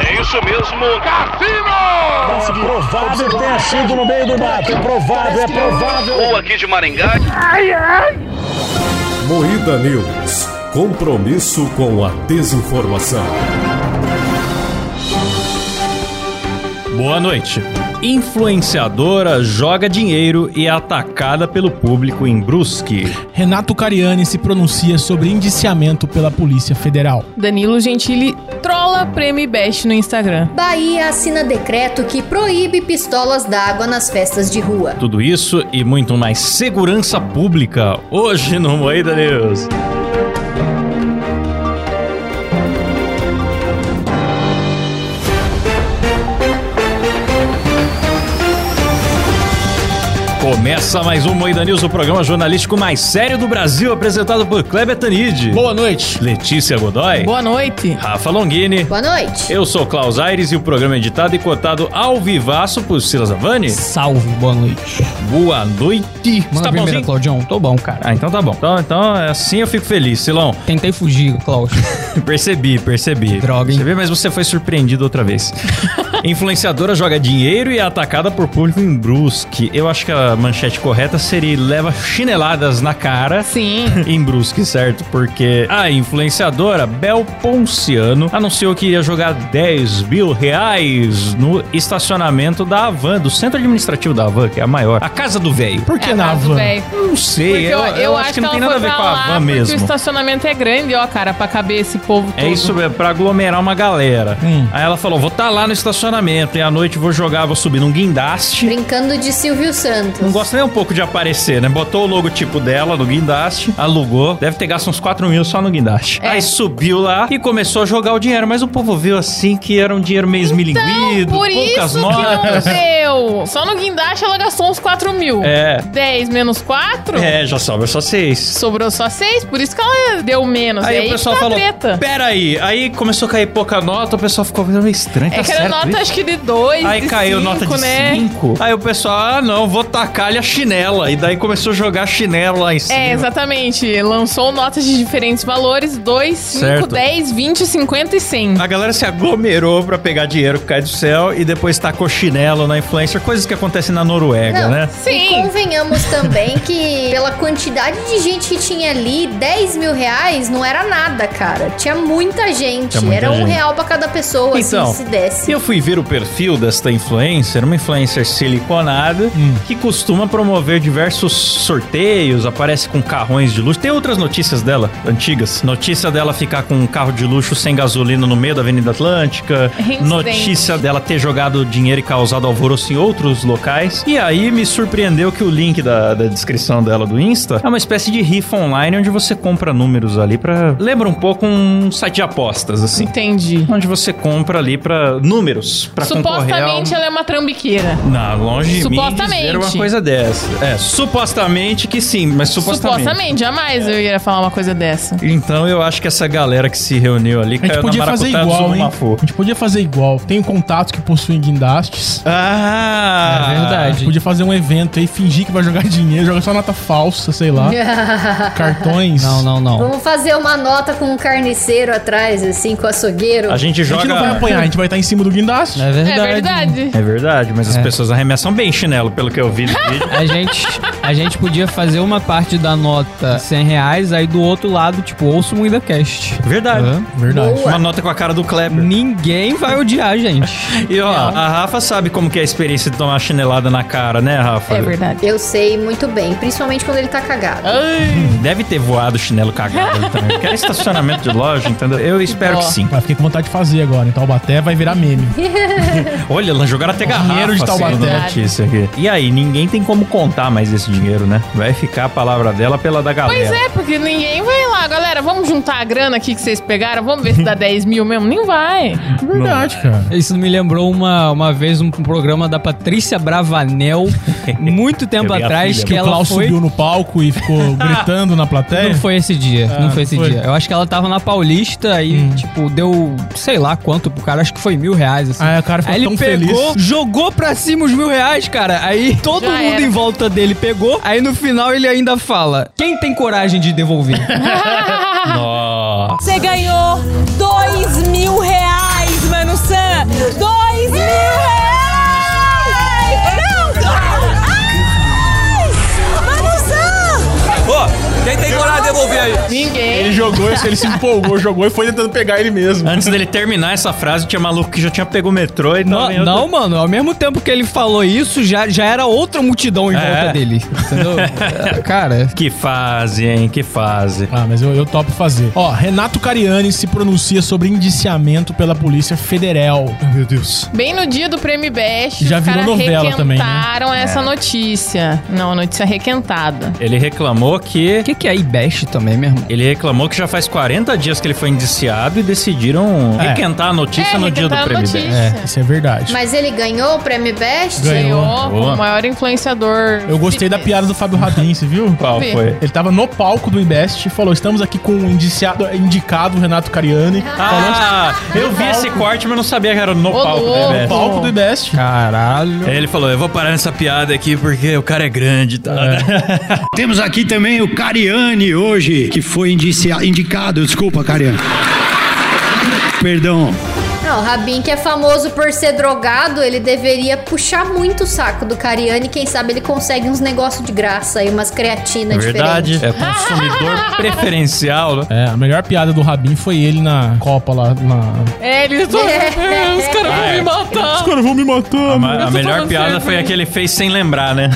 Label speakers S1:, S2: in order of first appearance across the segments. S1: É isso mesmo, Cassino!
S2: É provável que tenha sido no meio do mato. É provável, é provável.
S1: Ou aqui de Maringá.
S3: Moída News. Compromisso com a desinformação.
S4: Boa noite. Influenciadora joga dinheiro e é atacada pelo público em Brusque.
S5: Renato Cariani se pronuncia sobre indiciamento pela Polícia Federal.
S6: Danilo Gentili trola Prêmio Best no Instagram.
S7: Bahia assina decreto que proíbe pistolas d'água nas festas de rua.
S4: Tudo isso e muito mais segurança pública hoje no Moeda News. Começa mais um Moeda News, o programa jornalístico mais sério do Brasil, apresentado por Kleber Tanid,
S5: Boa noite.
S4: Letícia Godoy,
S6: Boa noite.
S4: Rafa Longini.
S7: Boa noite.
S4: Eu sou Klaus Aires e o programa é editado e cotado ao vivaço por Silas Avani.
S5: Salve, boa noite.
S4: Boa noite. Você
S5: Manda
S4: tá
S5: a primeira,
S4: bonzinho?
S5: Claudião. Tô bom, cara.
S4: Ah, então tá bom. Então, então assim eu fico feliz, Silão.
S5: Tentei fugir, Cláudio.
S4: Percebi, percebi.
S5: Droga, hein?
S4: Percebi, mas você foi surpreendido outra vez. Influenciadora joga dinheiro e é atacada por público em Brusque. Eu acho que a manchete correta seria leva chineladas na cara.
S6: Sim.
S4: Em Brusque, certo? Porque a influenciadora Bel Ponciano anunciou que ia jogar 10 mil reais no estacionamento da Havan, do centro administrativo da Havan, que é a maior. A casa do velho.
S5: Por
S6: É, tá
S5: que na van?
S4: Não sei,
S6: Porque
S4: eu, eu acho que não
S6: ela
S4: tem nada a ver
S6: foi pra
S4: com a
S6: lá
S4: Havan
S6: porque
S4: mesmo.
S6: o estacionamento é grande, ó, cara, pra caber esse povo todo.
S4: É isso, é pra aglomerar uma galera.
S5: Hum.
S4: Aí ela falou: vou estar lá no estacionamento e à noite vou jogar, vou subir num guindaste.
S7: Brincando de Silvio Santos.
S4: Não gosta nem um pouco de aparecer, né? Botou o logotipo dela no guindaste, alugou, deve ter gasto uns 4 mil só no guindaste.
S6: É.
S4: Aí subiu lá e começou a jogar o dinheiro, mas o povo viu assim que era um dinheiro meio esmilinguido,
S6: Então, Por
S4: poucas
S6: isso
S4: notas.
S6: que não deu. Só no guindaste ela gastou uns 4 mil.
S4: É.
S6: 10 menos 4?
S4: É, já sobra só seis.
S6: Sobrou só 6, por isso que ela deu menos.
S4: Aí,
S6: E
S4: o
S6: que
S4: pessoal
S6: tá a
S4: falou:
S6: treta.
S4: peraí. Aí começou a cair pouca nota, o pessoal ficou meio estranho.
S6: É
S4: tá
S6: que era
S4: certo
S6: nota,
S4: isso?
S6: acho que de 2,
S4: Aí caiu nota de
S6: né?
S4: 5. Aí o pessoal, ah, não, vou tacar-lhe a chinela. E daí começou a jogar chinelo lá em cima.
S6: É, exatamente. Lançou notas de diferentes valores: 2, 5,
S4: Certo.
S6: 10, 20, 50 e 100.
S4: A galera se aglomerou pra pegar dinheiro que cai do céu e depois tacou chinelo na influencer. Coisas que acontecem na Noruega,
S7: Não.
S4: né?
S7: E
S6: Sim.
S7: convenhamos também que, pela quantidade de gente que tinha ali, 10 mil reais não era nada, cara. Tinha muita gente.
S4: Tinha muita
S7: era um
S4: gente.
S7: real pra cada pessoa,
S4: Então,
S7: assim, se desse.
S4: E eu fui ver o perfil desta influencer, uma influencer siliconada que costuma promover diversos sorteios, aparece com carrões de luxo. Tem outras notícias dela, antigas. Notícia dela ficar com um carro de luxo sem gasolina no meio da Avenida Atlântica.
S6: Incidente.
S4: Notícia dela ter jogado dinheiro e causado alvoroço em outros locais. E aí me surpreendeu que o link da, da descrição dela do Insta é uma espécie de rifa online onde você compra números ali pra. Lembra um pouco um site de apostas, assim
S6: Entendi.
S4: onde você compra ali pra números, pra concorrer ao...
S6: Supostamente ela é uma trambiqueira.
S4: Na longe de mim
S6: Supostamente.
S4: dizer uma coisa dessa. É, supostamente que sim, mas supostamente.
S6: Supostamente, jamais eu ia falar uma coisa dessa.
S4: Então eu acho que essa galera que se reuniu ali
S5: A gente
S4: caiu
S5: podia
S4: na
S5: fazer
S4: maracutaia do
S5: igual, hein?
S4: Zumafu.
S5: A gente podia fazer igual. Tem contatos que possuem guindastes.
S4: Ah!
S8: É
S5: A
S8: verdade.
S5: gente podia fazer um evento aí, fingir que vai jogar dinheiro, joga só nota falsa, sei lá. Cartões.
S8: Não, não, não.
S7: Vamos fazer uma nota com um carniceiro atrás, assim, com açougueiro.
S4: A gente
S5: A gente não vai
S4: joga...
S5: apanhar, a gente vai estar em cima do guindaste.
S8: É verdade.
S6: É verdade.
S4: É verdade, mas as
S8: É.
S4: pessoas arremessam bem chinelo, pelo que eu vi no vídeo.
S8: A gente, a gente podia fazer uma parte da nota 100 reais, aí do outro lado, tipo, ouço o Cast.
S4: Verdade.
S5: Verdade.
S7: Boa.
S4: Uma nota com a cara do Kleber.
S8: Ninguém vai odiar, gente.
S4: E ó, a Rafa sabe como que é a experiência de tomar uma chinelada na cara, né, Rafa?
S6: É verdade.
S7: Eu sei muito bem, principalmente quando ele tá cagado.
S4: Deve ter voado chinelo cagado ali também. Porque era estacionamento de loja, entendeu? Eu espero que
S6: dó.
S4: sim.
S5: Mas fiquei com vontade de fazer agora. Em Taubaté vai virar meme.
S4: Olha, lá jogaram até garrafa.
S5: dinheiro de Taubaté.
S4: segundo a notícia aqui. E aí, ninguém tem como contar mais esse dinheiro, né? Vai ficar a palavra dela pela da galera.
S6: Pois é, porque ninguém vai lá, galera. Vamos juntar a grana aqui que vocês pegaram, vamos ver se dá 10 mil mesmo. Nem vai.
S5: Verdade, cara.
S8: Isso me lembrou uma, uma vez um programa da Patrícia Bravanel, muito tempo
S4: Eu vi a
S8: atrás,
S4: filha.
S8: que
S4: Que
S5: o
S8: ela
S5: Klaus
S8: foi.
S5: subiu no palco e ficou gritando na plateia.
S8: Não foi esse dia, não foi esse
S5: É. Ah, foi. Hum.
S8: dia. Eu acho que ela tava na Paulista e, tipo, deu sei lá quanto pro cara, acho que foi mil reais, assim.
S5: Aí Ah, o cara ficou
S8: Aí ele
S5: tão
S8: pegou,
S5: feliz.
S8: jogou pra cima os mil reais, cara. Aí todo
S6: Já
S8: mundo
S6: era.
S8: em volta dele pegou. Aí no final ele ainda fala: Quem tem coragem de devolver?
S4: Nossa.
S9: Você ganhou dois mil reais, Mano Sam!
S5: Parece que ele se empolgou, jogou e foi tentando pegar ele mesmo.
S4: Antes dele terminar essa frase, tinha maluco que já tinha pego o metrô e
S8: Não,
S4: tava em outra-
S8: não, mano, ao mesmo tempo que ele falou isso, já, já era outra multidão em
S4: É.
S8: volta dele. Entendeu? É, Cara,
S4: Que fase, hein? Que fase.
S5: Ah, mas eu, eu topo fazer. Ó, Renato Cariani se pronuncia sobre indiciamento pela Polícia Federal. Meu Deus.
S6: Bem no dia do Prêmio Best,
S5: Já
S6: os
S5: virou
S6: caras
S5: novela também, né?
S6: requentaram essa notícia. Não, notícia é requentada.
S4: Ele reclamou que.
S8: o que, que é IBEST também, meu irmão?
S4: Ele reclamou que já faz 40 dias que ele foi indiciado e decidiram
S5: É.
S4: requentar a notícia
S6: É,
S4: no dia do
S6: requentaram a
S4: prêmio
S6: notícia.
S4: dele.
S5: É, isso é verdade.
S7: Mas ele ganhou o prêmio Best?
S5: Ganhou.
S6: Ganhou
S4: Boa.
S6: o maior influenciador.
S5: Eu gostei da piada do Fábio Radin, você viu?
S4: Qual
S6: Vi.
S4: foi?
S5: Ele tava no palco do IBEST e falou: estamos aqui com o indiciado, indicado Renato Cariani.
S4: Ah, eu vi esse corte, mas não sabia que era no palco do
S6: louco.
S5: No
S4: Ives.
S5: palco do IBEST.
S8: Caralho.
S4: Aí ele falou, eu vou parar nessa piada aqui porque o cara é grande e tal.
S9: Temos aqui também o Cariani hoje, que foi indicia- indicado, desculpa, Cariani. Perdão.
S7: Não, o Rabin, que é famoso por ser drogado, ele deveria puxar muito o saco do Cariani. Quem sabe ele consegue uns negócios de graça aí, umas creatinas
S4: Verdade,
S7: diferentes.
S4: é consumidor preferencial. né?
S5: É, a melhor piada do Rabin foi ele na Copa lá. Na...
S6: É, eles
S7: É.
S6: Os caras
S5: Ah,
S6: vão me matar.
S5: caras vão me matar,
S4: A, ma- a
S6: tô
S4: melhor
S6: falando
S4: piada
S6: sério,
S4: foi
S6: né?
S4: a que ele fez sem lembrar, né?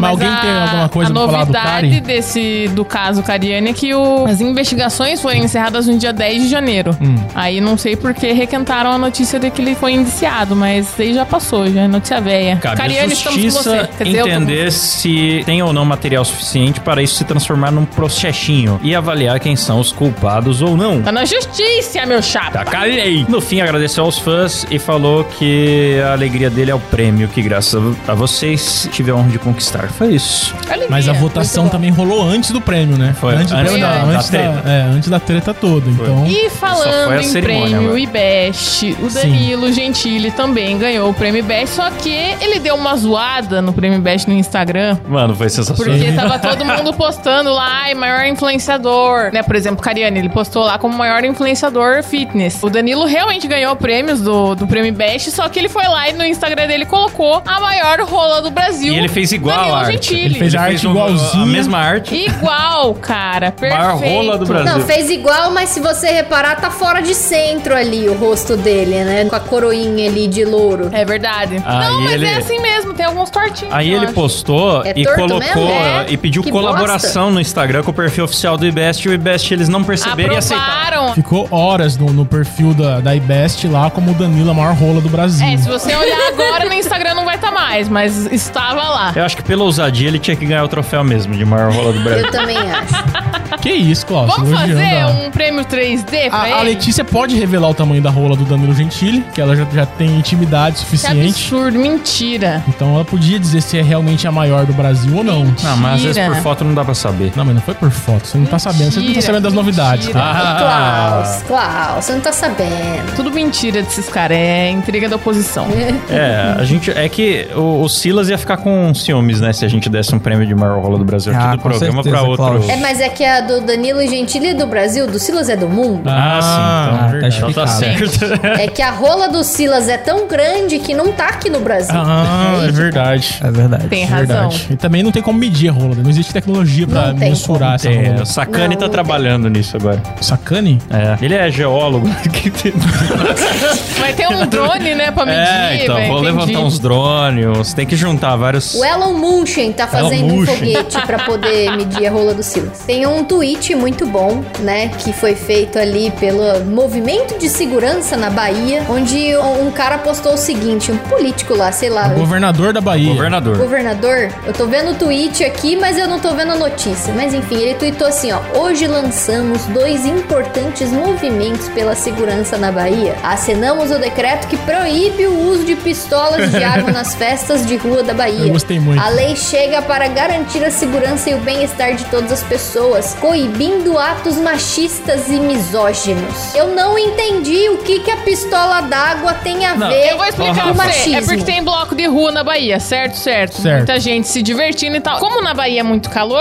S5: Mas alguém tem alguma coisa
S6: a
S5: pra falar do
S6: novidade
S5: Karen?
S6: desse do caso Cariani é que o- as investigações foram encerradas no dia 10 de janeiro.
S5: Hum.
S6: Aí não sei por que requentaram a notícia de que ele foi indiciado, mas aí já passou, já é notícia velha.
S4: Cabe à
S6: Cariani, estamos com você.
S4: justiça
S6: Quer dizer, eu tô com
S4: entender se tem ou não material suficiente para isso se transformar num processinho e avaliar quem são os culpados ou não.
S6: Tá na justiça, meu chapa.
S4: Tá calei. No fim, agradeceu aos fãs e falou que a alegria dele é o prêmio que, graças a vocês, tive a honra de conquistar. Foi isso.
S6: Alegria.
S5: Mas a votação
S7: é, bom.
S5: também rolou antes do prêmio, né?
S4: Foi,
S5: Antes, do
S4: antes
S5: prêmio,
S6: da-
S5: não,
S4: da
S5: antes da,
S4: treta.
S5: é, antes da treta toda. Então,
S6: E
S4: Só foi a
S6: falando em
S4: cerimônia,
S6: prêmio
S4: mano.
S6: e Best, o
S5: Sim.
S6: Danilo Gentili também ganhou o prêmio Best, só que ele deu uma zoada no prêmio Best no Instagram.
S4: Mano, foi sensacional.
S6: Porque tava todo mundo postando lá, ai, maior influenciador. Né? Por exemplo, Cariani, ele postou lá como maior influenciador fitness. O Danilo realmente ganhou prêmios do, do prêmio Best, só que ele foi lá e no Instagram dele colocou a maior rola do Brasil.
S4: E ele fez igual
S6: Danilo
S4: a
S7: é
S4: arte. um-
S6: Gentili.
S5: Ele fez a arte igualzinha.
S4: A mesma arte.
S6: Igual, cara. Perfeito.
S4: Maior rola do Brasil.
S7: Não, fez igual, mas se você reparar, tá fora de centro ali o rosto dele, né? Com a coroinha ali de louro.
S6: É verdade.
S4: Aí
S6: Não, mas
S4: ele-
S6: é assim mesmo, tem alguns tortinhos.
S4: Aí
S6: eu
S4: ele
S6: acho.
S4: postou
S7: É
S4: e
S7: torto
S4: colocou
S7: mesmo? É.
S4: e pediu
S7: Que
S4: colaboração no Instagram com o perfil oficial do IBEST. E o IBEST eles não perceberam e aceitaram.
S6: Aprovaram.
S5: ficou horas no, no perfil da, da IBEST lá como o Danilo, a maior rola do Brasil.
S6: É, se você olhar agora no Instagram não vai estar mais, mas estava lá.
S4: Eu acho que pela ousadia ele tinha que ganhar o troféu mesmo de maior rola do Brasil.
S7: Eu também acho.
S5: Que isso, Cláudio?
S6: Vamos
S5: elogiando
S6: fazer
S5: a-
S6: um prêmio 3D pra ele?
S5: A, a Letícia pode revelar o tamanho da rola do Danilo Gentili, que ela já, já tem intimidade
S6: Que
S5: suficiente.
S6: absurdo, mentira.
S5: Então ela podia dizer se é realmente a maior do Brasil ou não.
S4: não, Ah, mas às vezes
S6: Mentira.
S4: por foto não dá pra saber.
S5: Não, mas não foi por foto. Você não tá sabendo. Você não tá
S6: Mentira,
S5: sabendo das
S6: mentira. Ah,
S5: novidades. cara.
S7: Klaus, Klaus, você não tá sabendo.
S6: Tudo mentira desses caras, é intriga da oposição.
S4: É, a gente. É que o, o Silas ia ficar com ciúmes, né? Se a gente desse um prêmio de maior rola do Brasil aqui
S8: Ah,
S4: do
S8: com
S4: programa
S8: certeza,
S4: pra outro.
S8: Cláudio.
S7: É, mas é que a do Danilo Gentili é do Brasil, do Silas é do mundo.
S4: Ah, sim. Então,
S8: Ah, tá
S4: verdade. Então tá
S8: explicado.
S4: certo.
S7: É que a rola do Silas é tão grande que não tá aqui no Brasil.
S5: Ah, é verdade.
S8: É verdade.
S6: Tem
S5: É
S6: razão.
S5: verdade. E também não tem como medir a rola. né? Não existe tecnologia pra
S7: Não tem
S5: mensurar essa
S4: É,
S5: rola.
S4: o Sacani
S7: Não,
S4: tá
S7: não
S4: trabalhando nisso agora.
S5: Sacane?
S4: É. Ele é geólogo.
S6: Vai ter um drone, né, pra medir.
S4: é, então,
S6: vai,
S4: vou
S6: entendi.
S4: levantar uns drones. Você tem que juntar vários.
S7: O Elon Munchen tá fazendo um
S4: Munchen.
S7: foguete pra poder medir a rola do Silas. Tem um tweet muito bom, né, que foi feito ali pelo Movimento de Segurança na Bahia, onde um cara postou o seguinte, um político lá, sei lá,
S5: O governador da Bahia.
S4: Governador.
S7: governador, eu tô vendo o tweet aqui, mas eu não tô vendo a notícia. Mas enfim, ele tweetou assim, ó: "Hoje lançamos dois importantes movimentos pela segurança na Bahia. Assinamos o decreto que proíbe o uso de pistolas de água nas festas de rua da Bahia.
S5: Eu gostei muito.
S7: A lei chega para garantir a segurança e o bem-estar de todas as pessoas, coibindo atos machistas e misóginos." Eu não entendi o que que a pistola d'água tem a
S4: Não,
S7: ver
S6: Eu vou explicar
S7: com
S6: pra você.
S7: machismo.
S6: É porque tem bloco de rua na Bahia, certo? Certo.
S5: Certo.
S6: Muita gente se divertindo e tal. Como na Bahia é muito calor,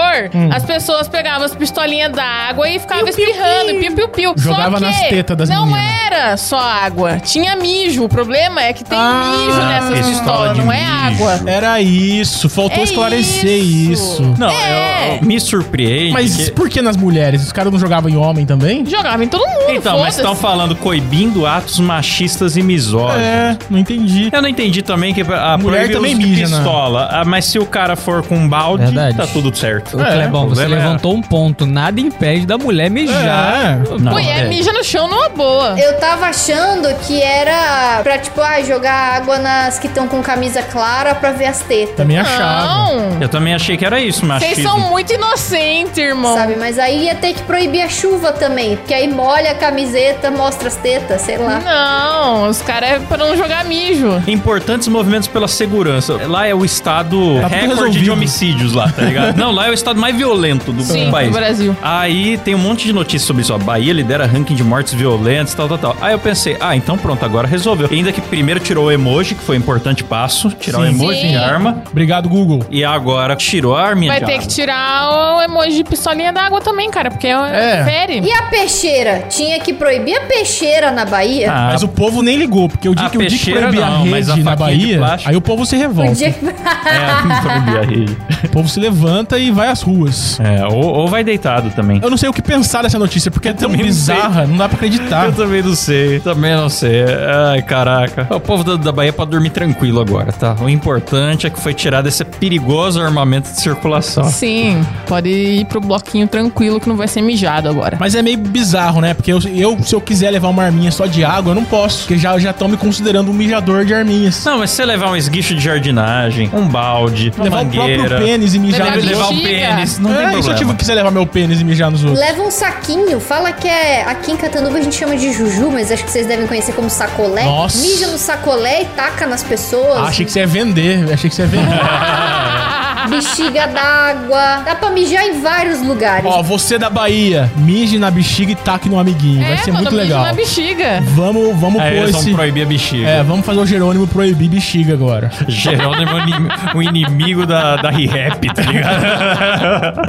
S6: as pessoas pegavam as pistolinhas da água e ficavam espirrando, piu, piu, piu.
S5: Jogava
S6: Só que
S5: nas tetas das
S6: não
S5: meninas.
S6: era só água. Tinha mijo. O problema é que tem
S5: Ah,
S6: mijo nessas
S4: esse tal
S6: pistolas,
S4: de
S6: não é
S4: mijo.
S6: água.
S5: Era isso. Faltou
S6: É
S5: esclarecer isso.
S6: isso.
S4: Não,
S6: É.
S4: eu, eu me surpreende.
S5: Mas
S4: que-
S5: por que nas mulheres? Os caras não jogavam em homem também?
S6: Jogava em todo mundo,
S4: Então, mas estão
S6: foda-se.
S4: falando coibindo atos machistas e misóginos.
S5: É, não entendi.
S4: Eu não entendi também que a
S5: Mulher
S4: proíbe
S5: também
S4: uso de
S5: mija, né?
S4: pistola. Ah, mas se o cara for com um balde,
S8: Verdade.
S4: tá tudo certo.
S8: Ô,
S5: É,
S8: Clebão,
S4: o
S8: você
S4: problema é-
S8: levantou um ponto. Nada impede da mulher mijar.
S5: É.
S4: Não,
S6: Mulher
S4: é.
S6: mija no chão numa boa.
S7: Eu tava achando que era pra, tipo, ah, jogar água nas que estão com camisa clara pra ver as tetas.
S5: Também achava.
S6: Não.
S4: Eu também achei que era isso,
S6: Vocês
S4: machismo.
S6: são muito inocentes, irmão.
S7: Sabe, mas aí ia ter que proibir a chuva também, porque aí molha a camiseta, mostra as tetas, sei lá.
S6: Não, os caras é pra não jogar mijo.
S4: Importantes movimentos pela segurança. Lá é o estado
S5: Tá tudo
S4: recorde de
S5: resolvido.
S4: homicídios lá, tá ligado? Não, lá é o estado mais violento do
S6: Sim,
S4: país.
S6: do Brasil.
S4: Aí tem um monte de notícias sobre isso. A Bahia lidera ranking de mortes violentas, tal, tal, tal. Aí eu pensei, ah, então pronto, agora resolveu. E ainda que primeiro tirou o emoji, que foi um importante passo, tirar o
S5: Sim.
S4: emoji
S6: Sim.
S4: de arma.
S5: Obrigado, Google.
S4: E agora tirou a arminha
S6: Vai
S4: de
S6: ter
S4: arma.
S6: que tirar o emoji de pistolinha d'água também, cara, porque
S5: É.
S6: é fere.
S7: E a peixeira? Tinha que proibir a peixeira na Bahia?
S4: Ah,
S5: Mas o povo nem ligou, porque o dia
S4: A
S5: que o dia que
S4: peixeira
S5: proibir a
S4: não, mas a
S5: rede na
S4: faquinha de
S5: Bahia,
S4: plástico.
S5: aí o povo se
S7: O
S5: revolta.
S7: dia que...
S4: é, proibir a rede.
S5: O povo se levanta e vai às ruas.
S4: É, ou, ou vai deitado também.
S5: Eu não sei o que pensar dessa notícia, porque é tão
S4: também não sei.
S5: bizarra, não dá pra acreditar.
S4: Eu também não sei, Ah. também não sei. Ai, caraca. O povo da, da Bahia pode dormir tranquilo agora, tá? O importante é que foi tirado esse perigoso armamento de circulação.
S6: Sim, pode ir pro bloquinho tranquilo que não vai ser mijado agora.
S5: Mas é meio bizarro, né? Porque eu, eu, se eu quiser levar uma arminha só de água, eu não posso. Porque já estão me considerando um mijador de arminhas.
S4: Não, mas se você levar um esguicho de jardinagem, um balde, uma
S5: levar o próprio
S4: mangueira...
S5: pênis e mijar
S6: Levar
S5: nos
S6: a
S4: levar
S5: outros.
S4: um
S6: bexiga.
S4: pênis, não tem
S5: é, e se eu
S4: problema.
S5: tive- quiser levar meu pênis e mijar nos outros?
S7: Leva um saquinho, fala que é. Aqui em Catanduva a gente chama de juju, mas acho que vocês devem conhecer como sacolé.
S5: Nossa.
S7: Mija no sacolé e taca nas pessoas.
S5: Ah, achei que você ia vender. Achei que você ia vender.
S7: Bexiga d'água. Dá pra mijar em vários lugares.
S5: Ó, você da Bahia, mije na bexiga e taque no amiguinho. Vai ser
S6: mano,
S5: muito
S6: mijo
S5: legal.
S6: É, na bexiga.
S5: Vamos, vamos
S4: Aí É,
S5: pôr
S4: eles
S5: esse...
S4: vão proibir a bexiga.
S5: É, vamos fazer o Jerônimo proibir bexiga agora.
S4: Jerônimo é o inim- o inimigo da, da ReHap, tá ligado?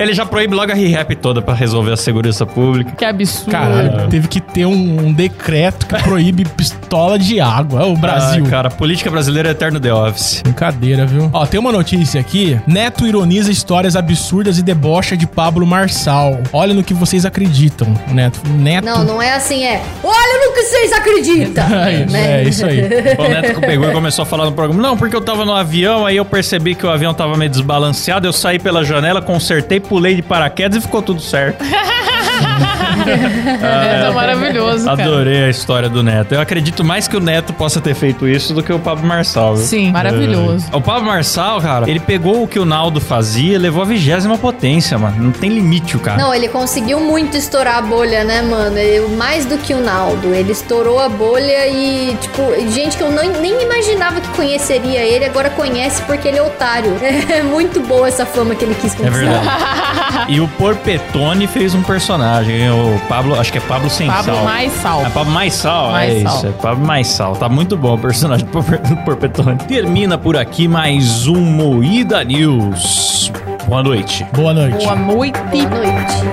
S4: Ele já proíbe logo a ReHap toda pra resolver a segurança pública.
S6: Que absurdo.
S4: É.
S5: Caralho, teve que ter um, um decreto que proíbe pistola de água. Ô, Brasil.
S4: Ah, cara, a política brasileira é eterno The Office.
S5: Brincadeira, viu? Ó, tem uma notícia aqui. Neto ironiza histórias absurdas e debocha de Pablo Marçal. Olha no que vocês acreditam, Neto. Neto.
S7: Não, não é assim, é. Olha no que vocês acreditam!
S5: É, isso- é
S7: né?
S5: isso aí.
S4: O Neto que pegou e começou a falar no programa. Não, porque eu tava no avião, aí eu percebi que o avião tava meio desbalanceado, eu saí pela janela, consertei, pulei de paraquedas e ficou tudo certo.
S6: É, tá maravilhoso, cara.
S4: Adorei a história do Neto. Eu acredito mais que o Neto possa ter feito isso do que o Pablo Marçal. viu?
S6: Sim, maravilhoso.
S4: O Pablo Marçal, cara, ele pegou o que o Naldo fazia e levou a vigésima potência, mano. Não tem limite o cara.
S7: Não, ele conseguiu muito estourar a bolha, né, mano? Ele- mais do que o Naldo. Ele estourou a bolha e, tipo, gente que eu não- nem imaginava que conheceria ele, agora conhece porque ele é otário. É muito boa essa fama que ele quis
S4: É
S7: conquistar.
S4: verdade. e o Porpetone fez um personagem, o Pablo, acho que é Pablo Sem
S6: Pablo
S4: Sal.
S6: mais sal.
S4: É Pablo Mais Sal,
S6: Mais
S4: é
S6: Sal.
S4: isso. É Pablo Mais Sal. Tá muito bom o personagem do Por- do Porpetone. Termina por aqui mais um Moída News. Boa noite.
S5: Boa noite.
S6: Boa noite.
S7: Boa noite.